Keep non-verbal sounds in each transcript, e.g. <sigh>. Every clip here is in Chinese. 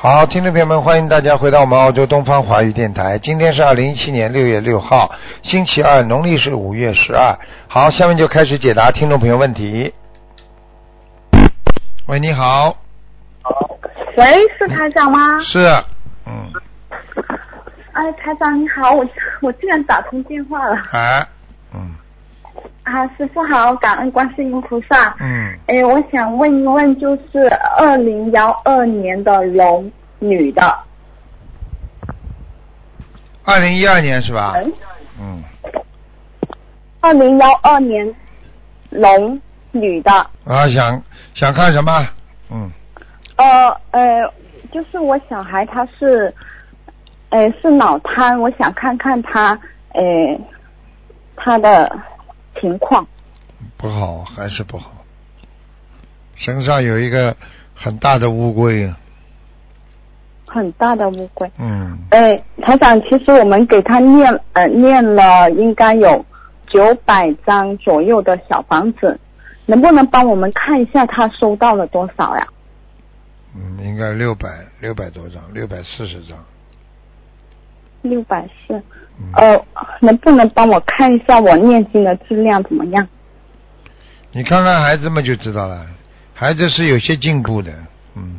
好，听众朋友们，欢迎大家回到我们澳洲东方华语电台。今天是二零一七年六月六号，星期二，农历是五月十二。好，下面就开始解答听众朋友问题。喂，你好，喂，是台长吗？是，嗯，哎，台长你好，我我竟然打通电话了哎，嗯啊！师傅好，感恩观世音菩萨。嗯，哎，我想问一问，就是二零幺二年的龙女的，二零一二年是吧？嗯，嗯，二零幺二年龙女的，啊，想想看什么？嗯，呃呃，就是我小孩他是，呃是脑瘫，我想看看他呃他的情况。不好，还是不好。身上有一个很大的乌龟，很大的乌龟。嗯，哎，台长，其实我们给他念呃念了应该有九百张左右的小房子，能不能帮我们看一下他收到了多少呀？嗯，应该六百六百多张，六百四十张。六百四，嗯，呃，能不能帮我看一下我念经的质量怎么样？你看看孩子们就知道了，孩子是有些进步的，嗯，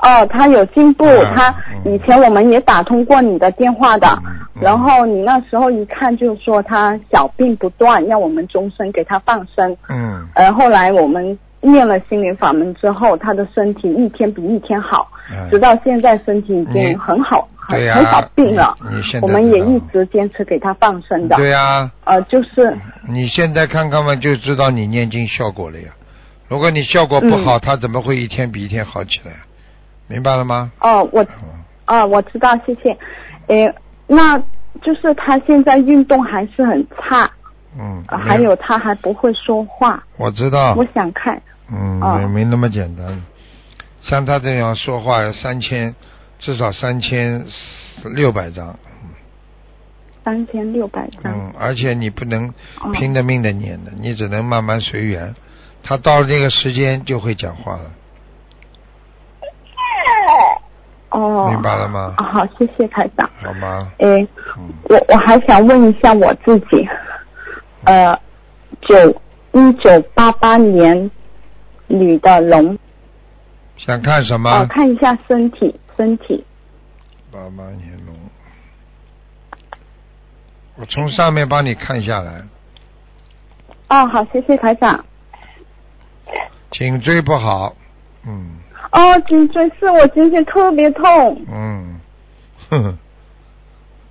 哦，他有进步，嗯他嗯以前我们也打通过你的电话的，嗯嗯然后你那时候一看就说他小病不断，要我们终身给他放生，嗯，呃，后来我们念了心灵法门之后，他的身体一天比一天好，嗯直到现在身体已你经很好，很、对呀很少病了你你现在。我们也知道一直坚持给他放生的。对呀、嗯呃，就是你现在看看嘛，就知道你念经效果了呀。如果你效果不嗯好，他怎么会一天比一天好起来？明白了吗？哦、我嗯，啊、我知道，谢谢。诶，那就是他现在运动还是很差，嗯呃还没有他还不会说话。我知道，我想看，嗯，哦没没那么简单。像他这样说话，要三千，至少三千六百张。三千六百张。嗯，而且你不能哦拼了命的念的，你只能慢慢随缘。他到了这个时间就会讲话了，哦，明白了吗啊好，谢谢台长。好吗？诶，嗯，我我还想问一下我自己，呃，九一九八八年女的龙，想看什么哦、？看一下身体身体，八八年龙，我从上面帮你看下来，哦，好，谢谢台长。颈椎不好，嗯哦，颈椎是我颈椎特别痛，嗯，呵呵，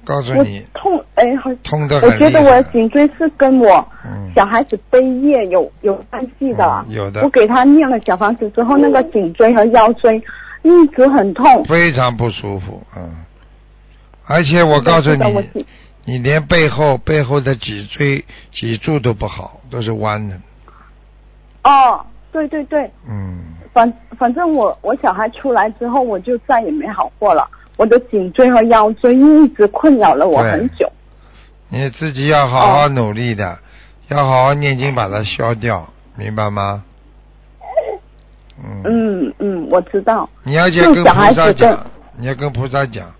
告诉我你，痛，哎，好，痛得我很厉害。觉得我的颈椎是跟我嗯小孩子背业有有关系的啊、嗯有的我给他念了小房子之后，那个颈椎和腰椎一直很痛。非常不舒服，嗯，而且我告诉是的我你，记你连背后背后的脊椎、脊柱都不好，都是弯的。哦，对对对。嗯，反反正我我小孩出来之后，我就再也没好过了。我的颈椎和腰椎一直困扰了我对很久。你自己要好好哦努力的，要好好念经把它消掉，明白吗？嗯，嗯嗯，我知道。你要去就跟小菩孩萨子讲跟，你要跟菩萨讲，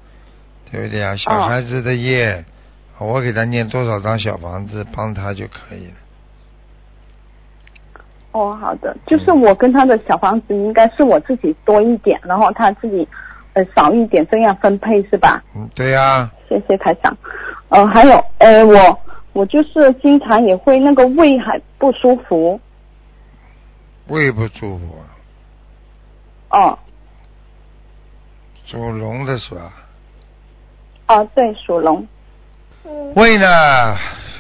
对不对啊？小哦孩子的业，我给他念多少张小房子，帮他就可以了。哦，好的，就是我跟他的小房子应该是我自己多一点，然后他自己呃少一点，这样分配是吧？嗯，对呀、谢谢台长。呃，还有呃，我我就是经常也会那个胃还不舒服胃不舒服啊，哦属龙的是吧？哦、对，属龙胃呢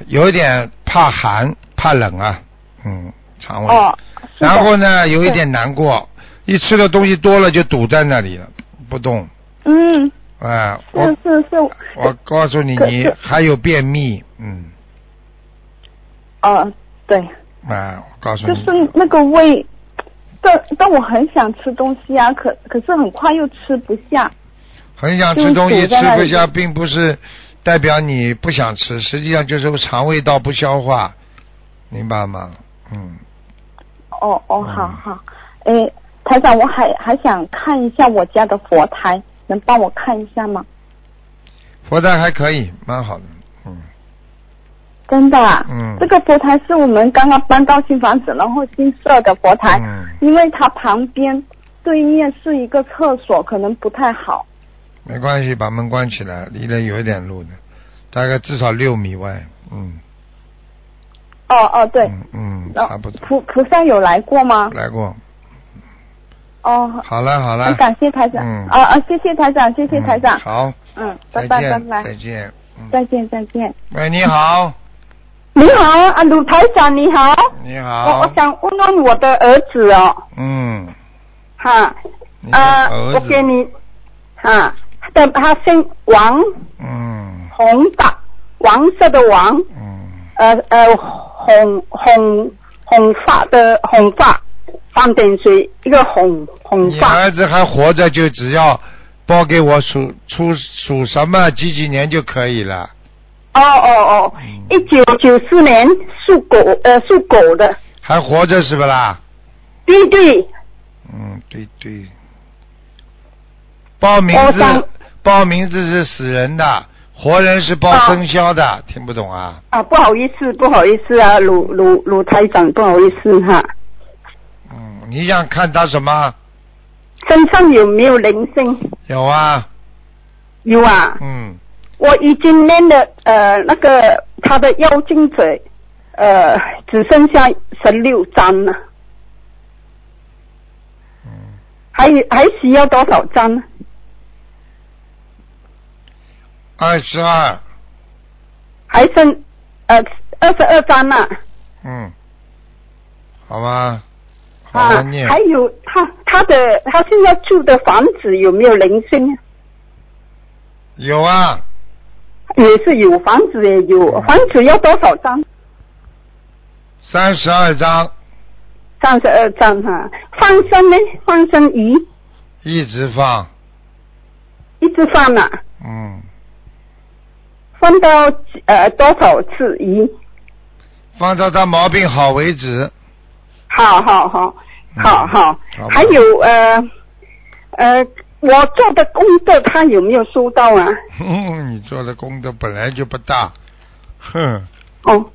有点怕寒、怕冷啊，嗯，肠胃。哦。是的然后呢，有一点难过，一吃的东西多了就堵在那里了，不动。嗯，哎，我是是是，我告诉你，可你是还有便秘，嗯，呃，对。哎，我告诉就你，是那个胃，但但我很想吃东西啊，可可是很快又吃不下。很想吃东西吃就是堵在那不里下，并不是代表你不想吃，实际上就是肠胃道不消化，明白吗？嗯，哦哦，好嗯好，诶，台长，我还还想看一下我家的佛台，能帮我看一下吗？佛台还可以，蛮好的，嗯，真的、啊，嗯这个佛台是我们刚刚搬到新房子，然后新设的佛台，嗯因为它旁边对面是一个厕所，可能不太好。没关系，把门关起来，离得有一点路的，大概至少六米外，嗯，哦哦，对，嗯嗯，然差不多，菩菩萨有来过吗？来过，哦，好了好了很，感谢台长，嗯啊啊，谢谢台长，谢谢台长嗯，好，嗯，拜再拜拜见，拜，再见，嗯，再见再见。喂，你好，你好，啊，鲁台长，你好。你哦我好我，想问问我的儿子哦，嗯，哈，你的啊，儿我子给，你，哈，他的他姓王，嗯红的，黄色的黄，嗯，呃呃，红红红发的红发，三点水一个红红嗯你发，儿子还活着，就只要报给我属出属什么几几年就可以了，哦哦哦，嗯一九九四年属狗，呃属狗的，还活着是不啦？对对，嗯，对对。报名我想字，报名字是死人的，活人是报啊生肖的，听不懂啊？啊，不好意思，不好意思啊，鲁鲁鲁台长，不好意思哈、嗯，你想看他什么？身上有没有灵性？有啊，有啊，嗯，我已经念了呃那个他的妖精者，呃只剩下十六张了，嗯还还需要多少张呢？二十二，还剩呃二十二张啊了嗯，好吗？好好啊念，，还有他他的他现在住的房子有没有灵性？有啊，也是有，房子也有，嗯房子要多少张？三十二章三十二张哈、放生呢？放生鱼一直放，一直放啊，嗯，放到呃多少次鱼？放到他毛病好为止。 <laughs> 好好好，好好嗯好吧，还有呃呃，我做的工作他有没有收到啊？哼，你做的功德本来就不大，哼，哦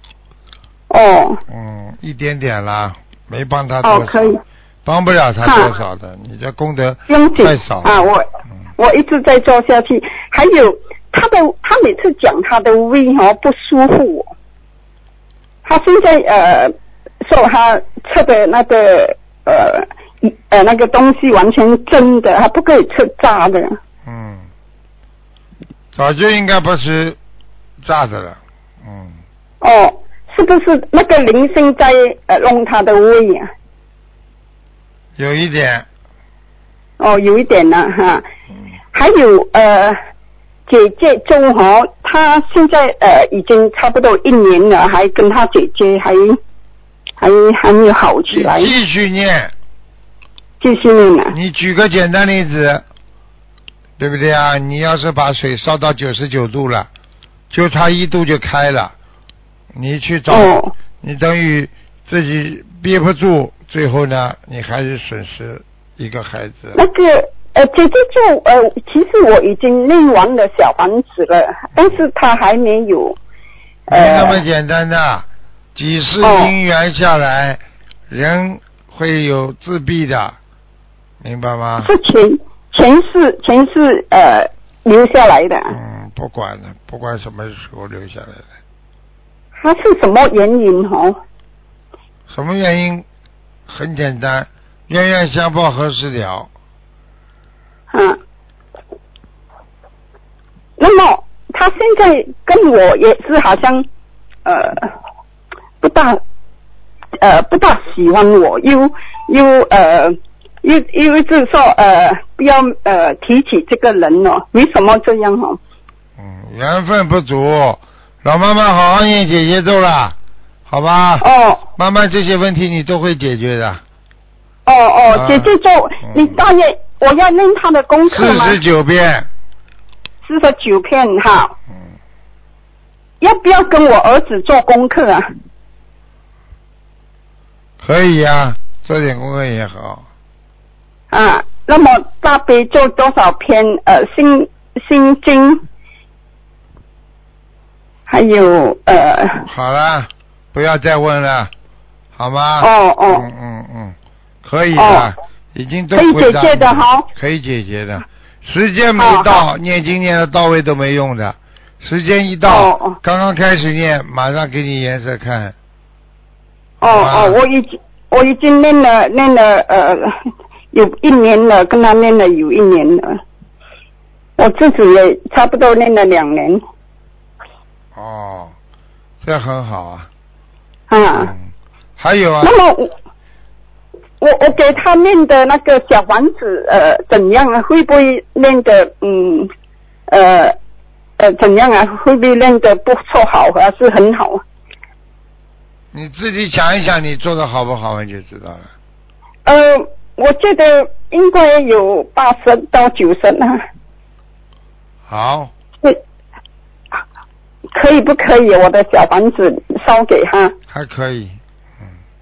哦嗯，一点点啦，没帮他多少。哦，可以，啊帮不了他多少的，你这功德不用紧太少了啊，我嗯我一直在做下去。还有他的，他每次讲他的胃哦不舒服哦，他现在呃说他吃的那个呃一呃那个东西完全蒸的，他不可以吃炸的。嗯，早就应该不是炸的了，嗯，哦，是不是那个铃声在呃弄他的胃啊？有一点，哦，有一点呢、哈。嗯还有呃，姐姐周豪，她现在呃已经差不多一年了，还跟她姐姐还还还没有好起继来，继续念，继续念呢。你举个简单例子，对不对啊？你要是把水烧到九十九度了，就差一度就开了，你去找，呃哦你等于自己憋不住，最后呢，你还是损失一个孩子。那个呃，姐姐就呃，其实我已经念完了小房子了，但是她还没有没呃，那么简单的，几哦世姻缘下来，人会有自闭的，明白吗？是前前世前世呃留下来的，嗯，不管了，不管什么时候留下来的，她是什么原因哦？什么原因？很简单，冤冤相报何时了？嗯，那么他现在跟我也是好像呃不大呃不大喜欢我，又又呃又又一直说呃不要呃提起这个人哦，为什么这样哦？嗯，缘分不足，老妈妈好好念姐姐咒啦，好吧？哦慢慢这些问题你都会解决的。哦啊哦，姐姐就嗯你大约我要念他的功课四吗十？九遍，四十九片哈，嗯，要不要跟我儿子做功课啊？可以呀、做点功课也好。啊，那么大悲咒多少篇？呃，心心经，还有呃，好了，不要再问了，好吗？哦哦嗯嗯嗯，可以的哦，已经都可以回答解决的你了哈可以解决的，时间没哦到，念经念的到位都没用的，时间一哦到哦，刚刚开始念，马上给你颜色看，哦啊哦，我已经我已经念了念了呃有一年了，跟他念了有一年了，我自己也差不多念了两年哦，这很好啊，啊。嗯，还有啊，那么我我我给他念的那个小房子呃怎样啊？会不会念的嗯呃呃怎样啊？会不会念的不错好还是很好啊？你自己想一想，你做的好不好，你就知道了。呃，我觉得应该有八十到九十啊，好，会可以不可以？啊我的小房子烧给他还可以，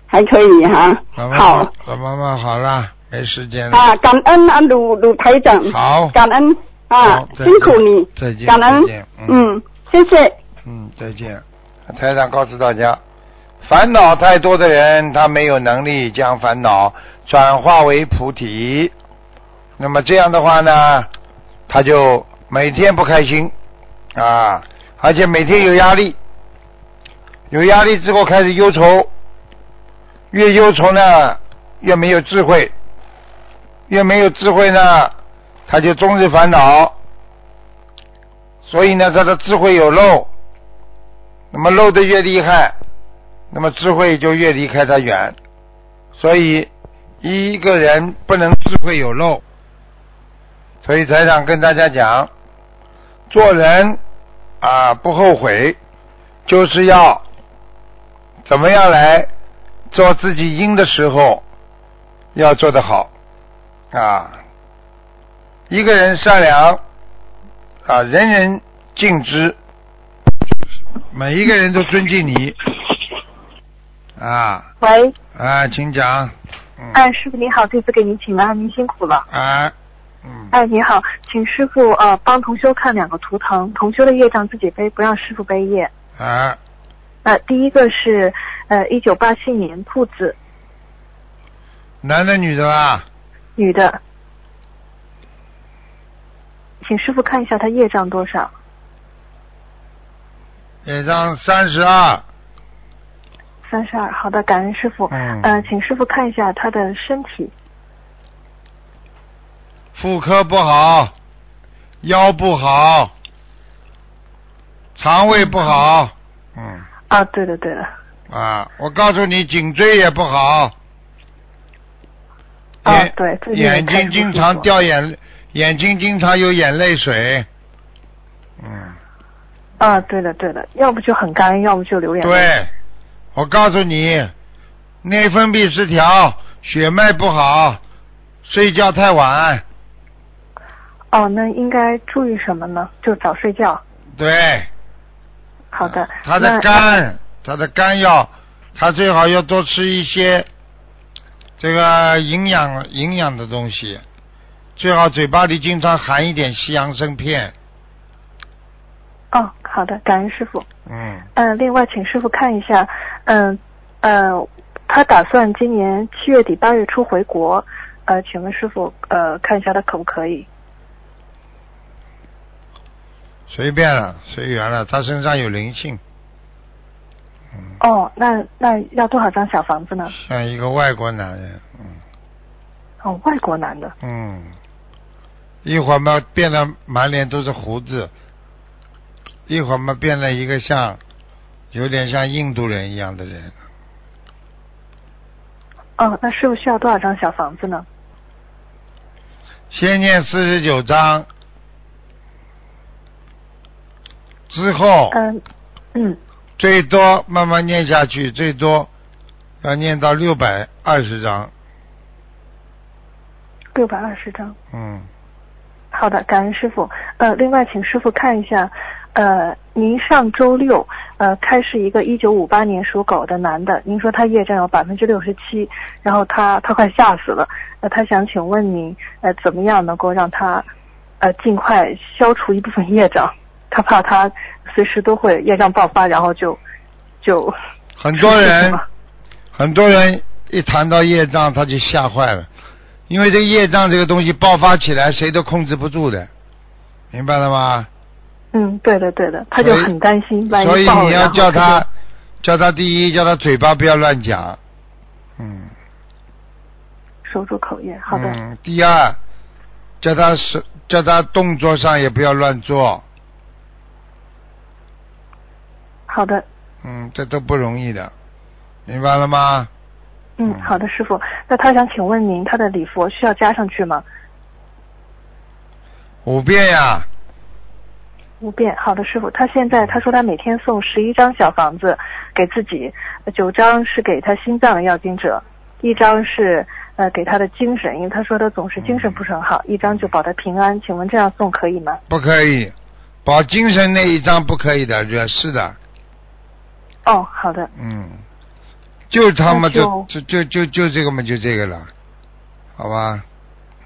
还可以哈、老妈好妈，老妈妈好啦，没时间了。啊，感恩啊鲁鲁台长，嗯好，感恩啊好，再辛见苦你，再见，感恩再见，嗯嗯，谢谢。嗯，再见。台长告诉大家，烦恼太多的人，他没有能力将烦恼转化为菩提，那么这样的话呢，他就每天不开心啊，而且每天有压力，有压力之后开始忧愁，越忧愁呢，越没有智慧，越没有智慧呢，他就终日烦恼，所以呢，他的智慧有漏，那么漏的越厉害，那么智慧就越离开他远，所以一个人不能智慧有漏，所以台长跟大家讲，做人啊不后悔，就是要怎么样来做自己应的时候，要做得好啊。一个人善良啊，人人敬之，每一个人都尊敬你啊喂，啊，请讲。嗯哎，师傅您好，弟子给您请安，您辛苦了。啊，嗯，哎，您好，请师傅呃帮同修看两个图腾，同修的业障自己背，不让师傅背业。啊，呃，第一个是呃一九八七年兔子男的女的啊啦？女的，请师傅看一下她业障多少？也让三十二，三十二，好的，感恩师傅。嗯呃，请师傅看一下她的身体，妇科不好，腰不好，肠胃不好，嗯，啊，对的对的，啊，我告诉你，颈椎也不好，啊眼对最近眼开始睛经不舒常服掉眼，眼睛经常有眼泪水，嗯。啊，对的对的，要不就很干，要不就流眼泪。对，我告诉你，内分泌失调，血脉不好，睡觉太晚，哦，那应该注意什么呢？就早睡觉。对，好的。嗯他的那肝，他的肝要，他最好要多吃一些这个营养营养的东西，最好嘴巴里经常含一点西洋参片，哦，好的，感恩师傅。嗯，嗯、另外请师傅看一下，嗯、呃，他打算今年七月底八月初回国，呃，请问师傅呃看一下他可不可以？随便了，随缘了，他身上有灵性，嗯，哦，那那要多少张小房子呢？像一个外国男人，嗯。哦，外国男的。嗯，一会儿嘛变得满脸都是胡子，一会儿嘛变了一个像有点像印度人一样的人，哦，那师傅需要多少张小房子呢？先念四十九章，之后嗯、嗯，最多慢慢念下去，最多要念到六百二十章，六百二十张。嗯，好的，感恩师傅。呃，另外请师傅看一下，呃，您上周六呃，开是一个一九五八年属狗的男的，您说他业障有百分之六十七，然后他他快吓死了，呃，他想请问您，呃，怎么样能够让他呃尽快消除一部分业障？他怕他随时都会业障爆发，然后就就很多是人吗，很多人一谈到业障，他就吓坏了，因为这业障这个东西爆发起来，谁都控制不住的，明白了吗？嗯，对的对的，他就所以很担心，万一爆所了，以你要然后叫他他，叫他第一，叫他嘴巴不要乱讲，嗯，就收住口业。好的，嗯，第二，叫他是叫他动作上也不要乱做，好的，嗯，这都不容易的，明白了吗？嗯，嗯好的，师傅。那他想请问您，他的礼佛需要加上去吗？五遍呀，五遍，好的，师傅。他现嗯在他说他每天送十一张小房子给自己，呃九张是给他心脏要经者，一张是呃给他的精神，因为他说他总是嗯精神不是很好，一张就保他平安。请问这样送可以吗？不可以，保精神那一张不可以的，惹事的，哦，好的，嗯，就他妈那就就就就就就这个嘛，就这个了，好吧，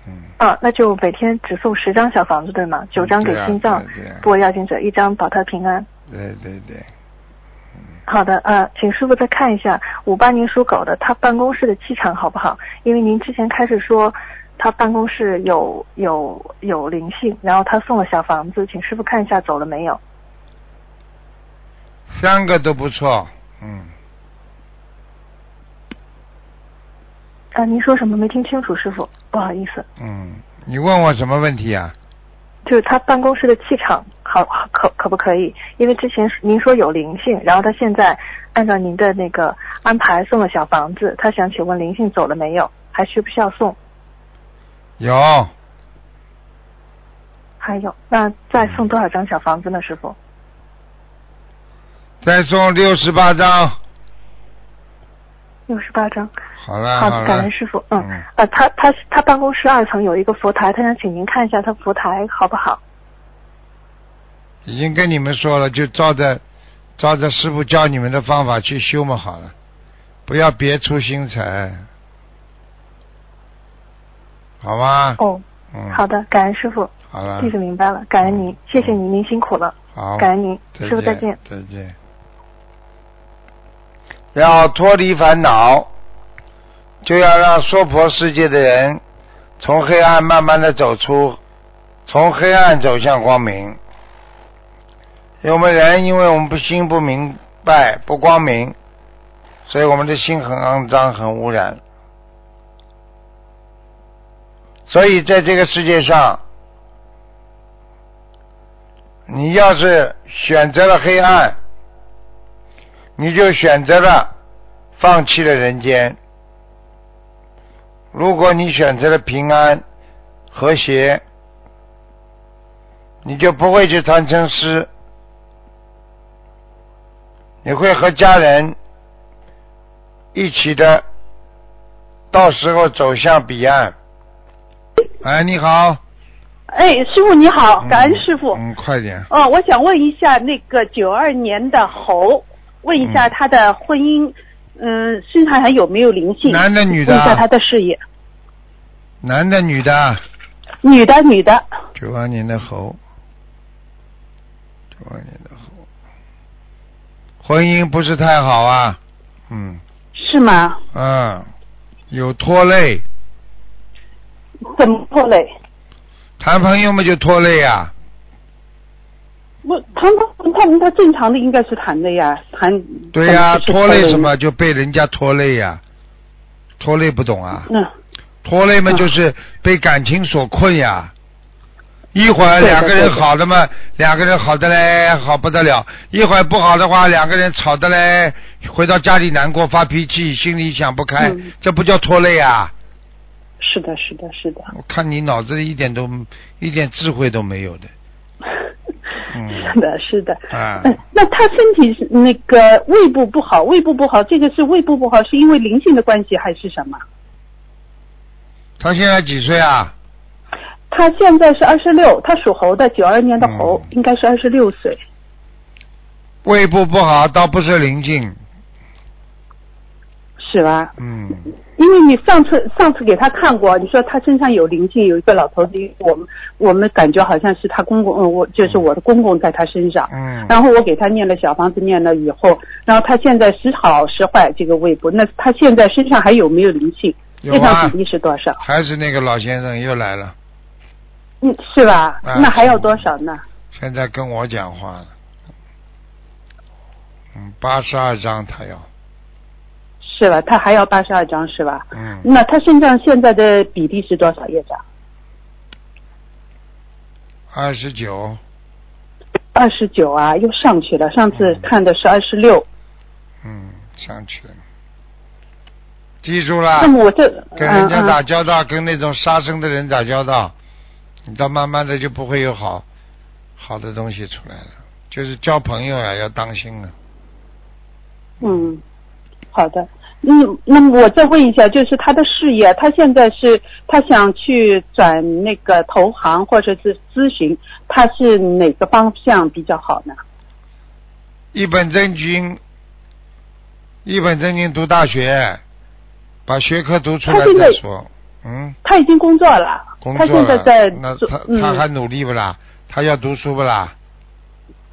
嗯，啊，那就每天只送十张小房子对吗？九张给对啊心脏对啊对啊不为要经者，一张保他平安。对对对，好的，呃，请师傅再看一下五八年属狗的，他办公室的气场好不好？因为您之前开始说他办公室有有有灵性，然后他送了小房子，请师傅看一下走了没有？三个都不错，嗯，啊，您说什么没听清楚，师傅，不好意思，嗯，你问我什么问题啊？就是他办公室的气场好好可可不可以？因为之前您说有灵性，然后他现在按照您的那个安排送了小房子，他想请问灵性走了没有？还需不需要送？有还有，那再送多少张小房子呢，师傅？再送六十八张，六十八张。好了好啊好感了恩，师傅。嗯嗯，呃，他他他办公室二层有一个佛台，他想请您看一下他佛台好不好？已经跟你们说了，就照着照着师傅教你们的方法去修嘛，好了，不要别出心裁，好吗？哦，嗯，好的，感恩师傅，好了弟，子明白了，感恩您，谢谢您，您辛苦了，好，感恩您，再师傅再见见。，再见。要脱离烦恼，就要让娑婆世界的人从黑暗慢慢的走出，从黑暗走向光明。因为我们人，因为我们不心不明白不光明，所以我们的心很肮脏，很污染。所以在这个世界上，你要是选择了黑暗，你就选择了放弃了人间；如果你选择了平安和谐，你就不会去贪嗔痴，你会和家人一起的，到时候走向彼岸。哎，你好，哎，师傅你好，嗯感恩师傅。嗯，快点，哦，我想问一下那个九二年的猴，问一下嗯他的婚姻，嗯，身上还有没有灵性？男的女的啊问一下他的事业，男的女的啊？女的女的，九二年的猴，九二年的猴，婚姻不是太好啊，嗯是吗？嗯，有拖累，怎么破嘞？谈朋友嘛就拖累啊，我谈他他他正常的应该是谈的呀，谈对呀、怎拖么是累什么就被人家拖累呀、拖累不懂啊，嗯，拖累嘛就是被感情所困呀、一会儿对的两个对人的好的嘛，两个人好的嘞，好不得了；一会儿不好的话，两个人吵的嘞，回到家里难过发脾气，心里想不开，嗯这不叫拖累啊！是的，是的，是的，我看你脑子里一点都一点智慧都没有的， <laughs> 嗯是的，是的。啊呃嗯，那他身体是那个胃部不好，胃部不好，这个是胃部不好，是因为灵性的关系还是什么？他现在几岁啊？他现在是二十六，他属猴的，九二年的猴，嗯应该是二十六岁。胃部不好倒不是灵性，是吧？嗯，因为你上次上次给他看过，你说他身上有灵性，有一个老头子，我们我们感觉好像是他公公，呃我就是我的公公在他身上。嗯然后我给他念了小房子，念了以后，然后他现在时好时坏，这个胃部。那他现在身上还有没有灵性？有这啊上比例是多少？还是那个老先生又来了，嗯，是吧？啊那还要多少呢？现在跟我讲话了。嗯，八十二张他要，是吧？他还要八十二张是吧？嗯，那他身上现在的比例是多少业障？二十九，二十九啊，又上去了。上次嗯看的是二十六。嗯，上去了。记住了那，么我这跟啊人家打嗯交道，跟那种杀生的人打交道，你到慢慢的就不会有好好的东西出来了。就是交朋友啊，要当心啊。嗯嗯，好的。嗯，那么我再问一下，就是他的事业，他现在是他想去转那个投行或者是咨询，他是哪个方向比较好呢？一本正经，一本正经读大学，把学科读出来他现在再说。嗯，他已经工作了，工他作现在了，在那做他他还嗯，努力不啦？他要读书不啦？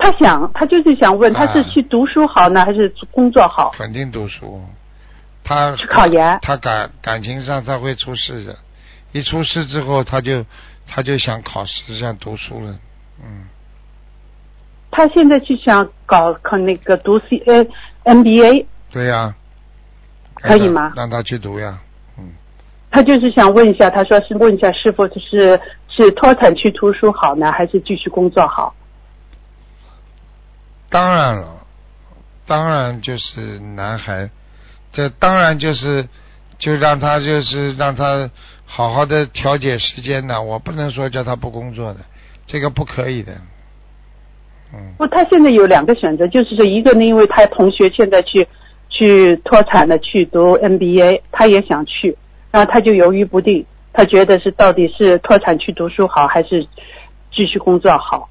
他想他就是想问，啊他是去读书好呢，还是工作好？肯定读书。他去考研？他感感情上他会出事的，一出事之后他就他就想考试，想读书了。嗯，他现在去想搞考那个读 C 呃 MBA，对呀、可以让他吗让他去读呀。嗯，他就是想问一下，他说是问一下是否是是脱产去读书好呢，还是继续工作好？当然了，当然就是男孩，这当然就是就让他就是让他好好的调节时间呐、我不能说叫他不工作的，这个不可以的。嗯，不，他现在有两个选择，就是说一个呢，因为他同学现在去去脱产了，去读 MBA，他也想去，然后他就犹豫不定，他觉得是到底是脱产去读书好，还是继续工作好？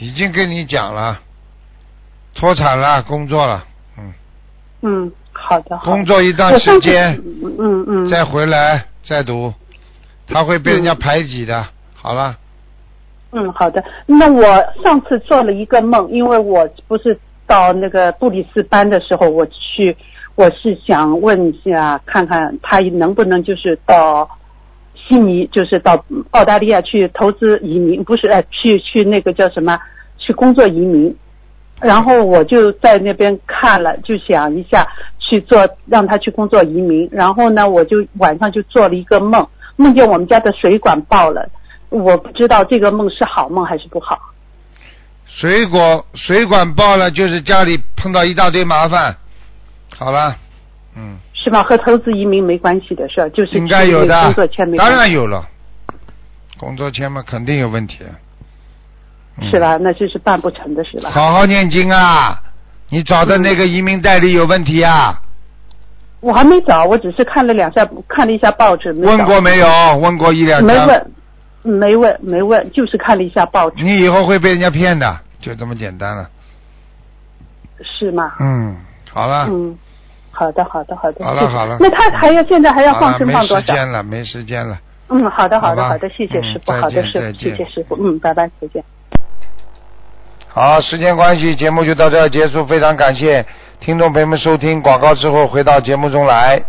已经跟你讲了，脱产了，工作了。嗯，嗯，好的，好的工作一段我时上次间。嗯嗯嗯，再回来再读，他会被人家排挤的。好了，嗯，好的。那我上次做了一个梦，因为我不是到那个布里斯班的时候，我去，我是想问一下，看看他能不能就是到悉尼，就是到澳大利亚去投资移民，不是，呃，去去那个叫什么，去工作移民。然后我就在那边看了，就想一下去做，让他去工作移民。然后呢，我就晚上就做了一个梦，梦见我们家的水管爆了。我不知道这个梦是好梦还是不好。水果水管爆了，就是家里碰到一大堆麻烦。好了，嗯，是吧？和投资移民没关系的事儿，就是应该有的工作签，没关当系然有了，工作签嘛肯定有问题。嗯是？吧？那就是办不成的是吧？好好念经啊！你找的那个移民代理有问题啊？我还没找，我只是看了两下，看了一下报纸，没找问过没有？问过一两没张？问，没问，没问，就是看了一下报纸，你以后会被人家骗的，就这么简单了。是吗？嗯，好了。嗯，好的，好的，好的。好了谢谢好了那他还要现在还要好放了生放多没时少？间了，没时间了。嗯，好的，好好的，吧好的，谢谢嗯师傅，再好的见师再傅，见谢谢师傅，嗯，拜拜，再见。好，时间关系，节目就到这儿结束。非常感谢听众朋友们收听广告之后回到节目中来。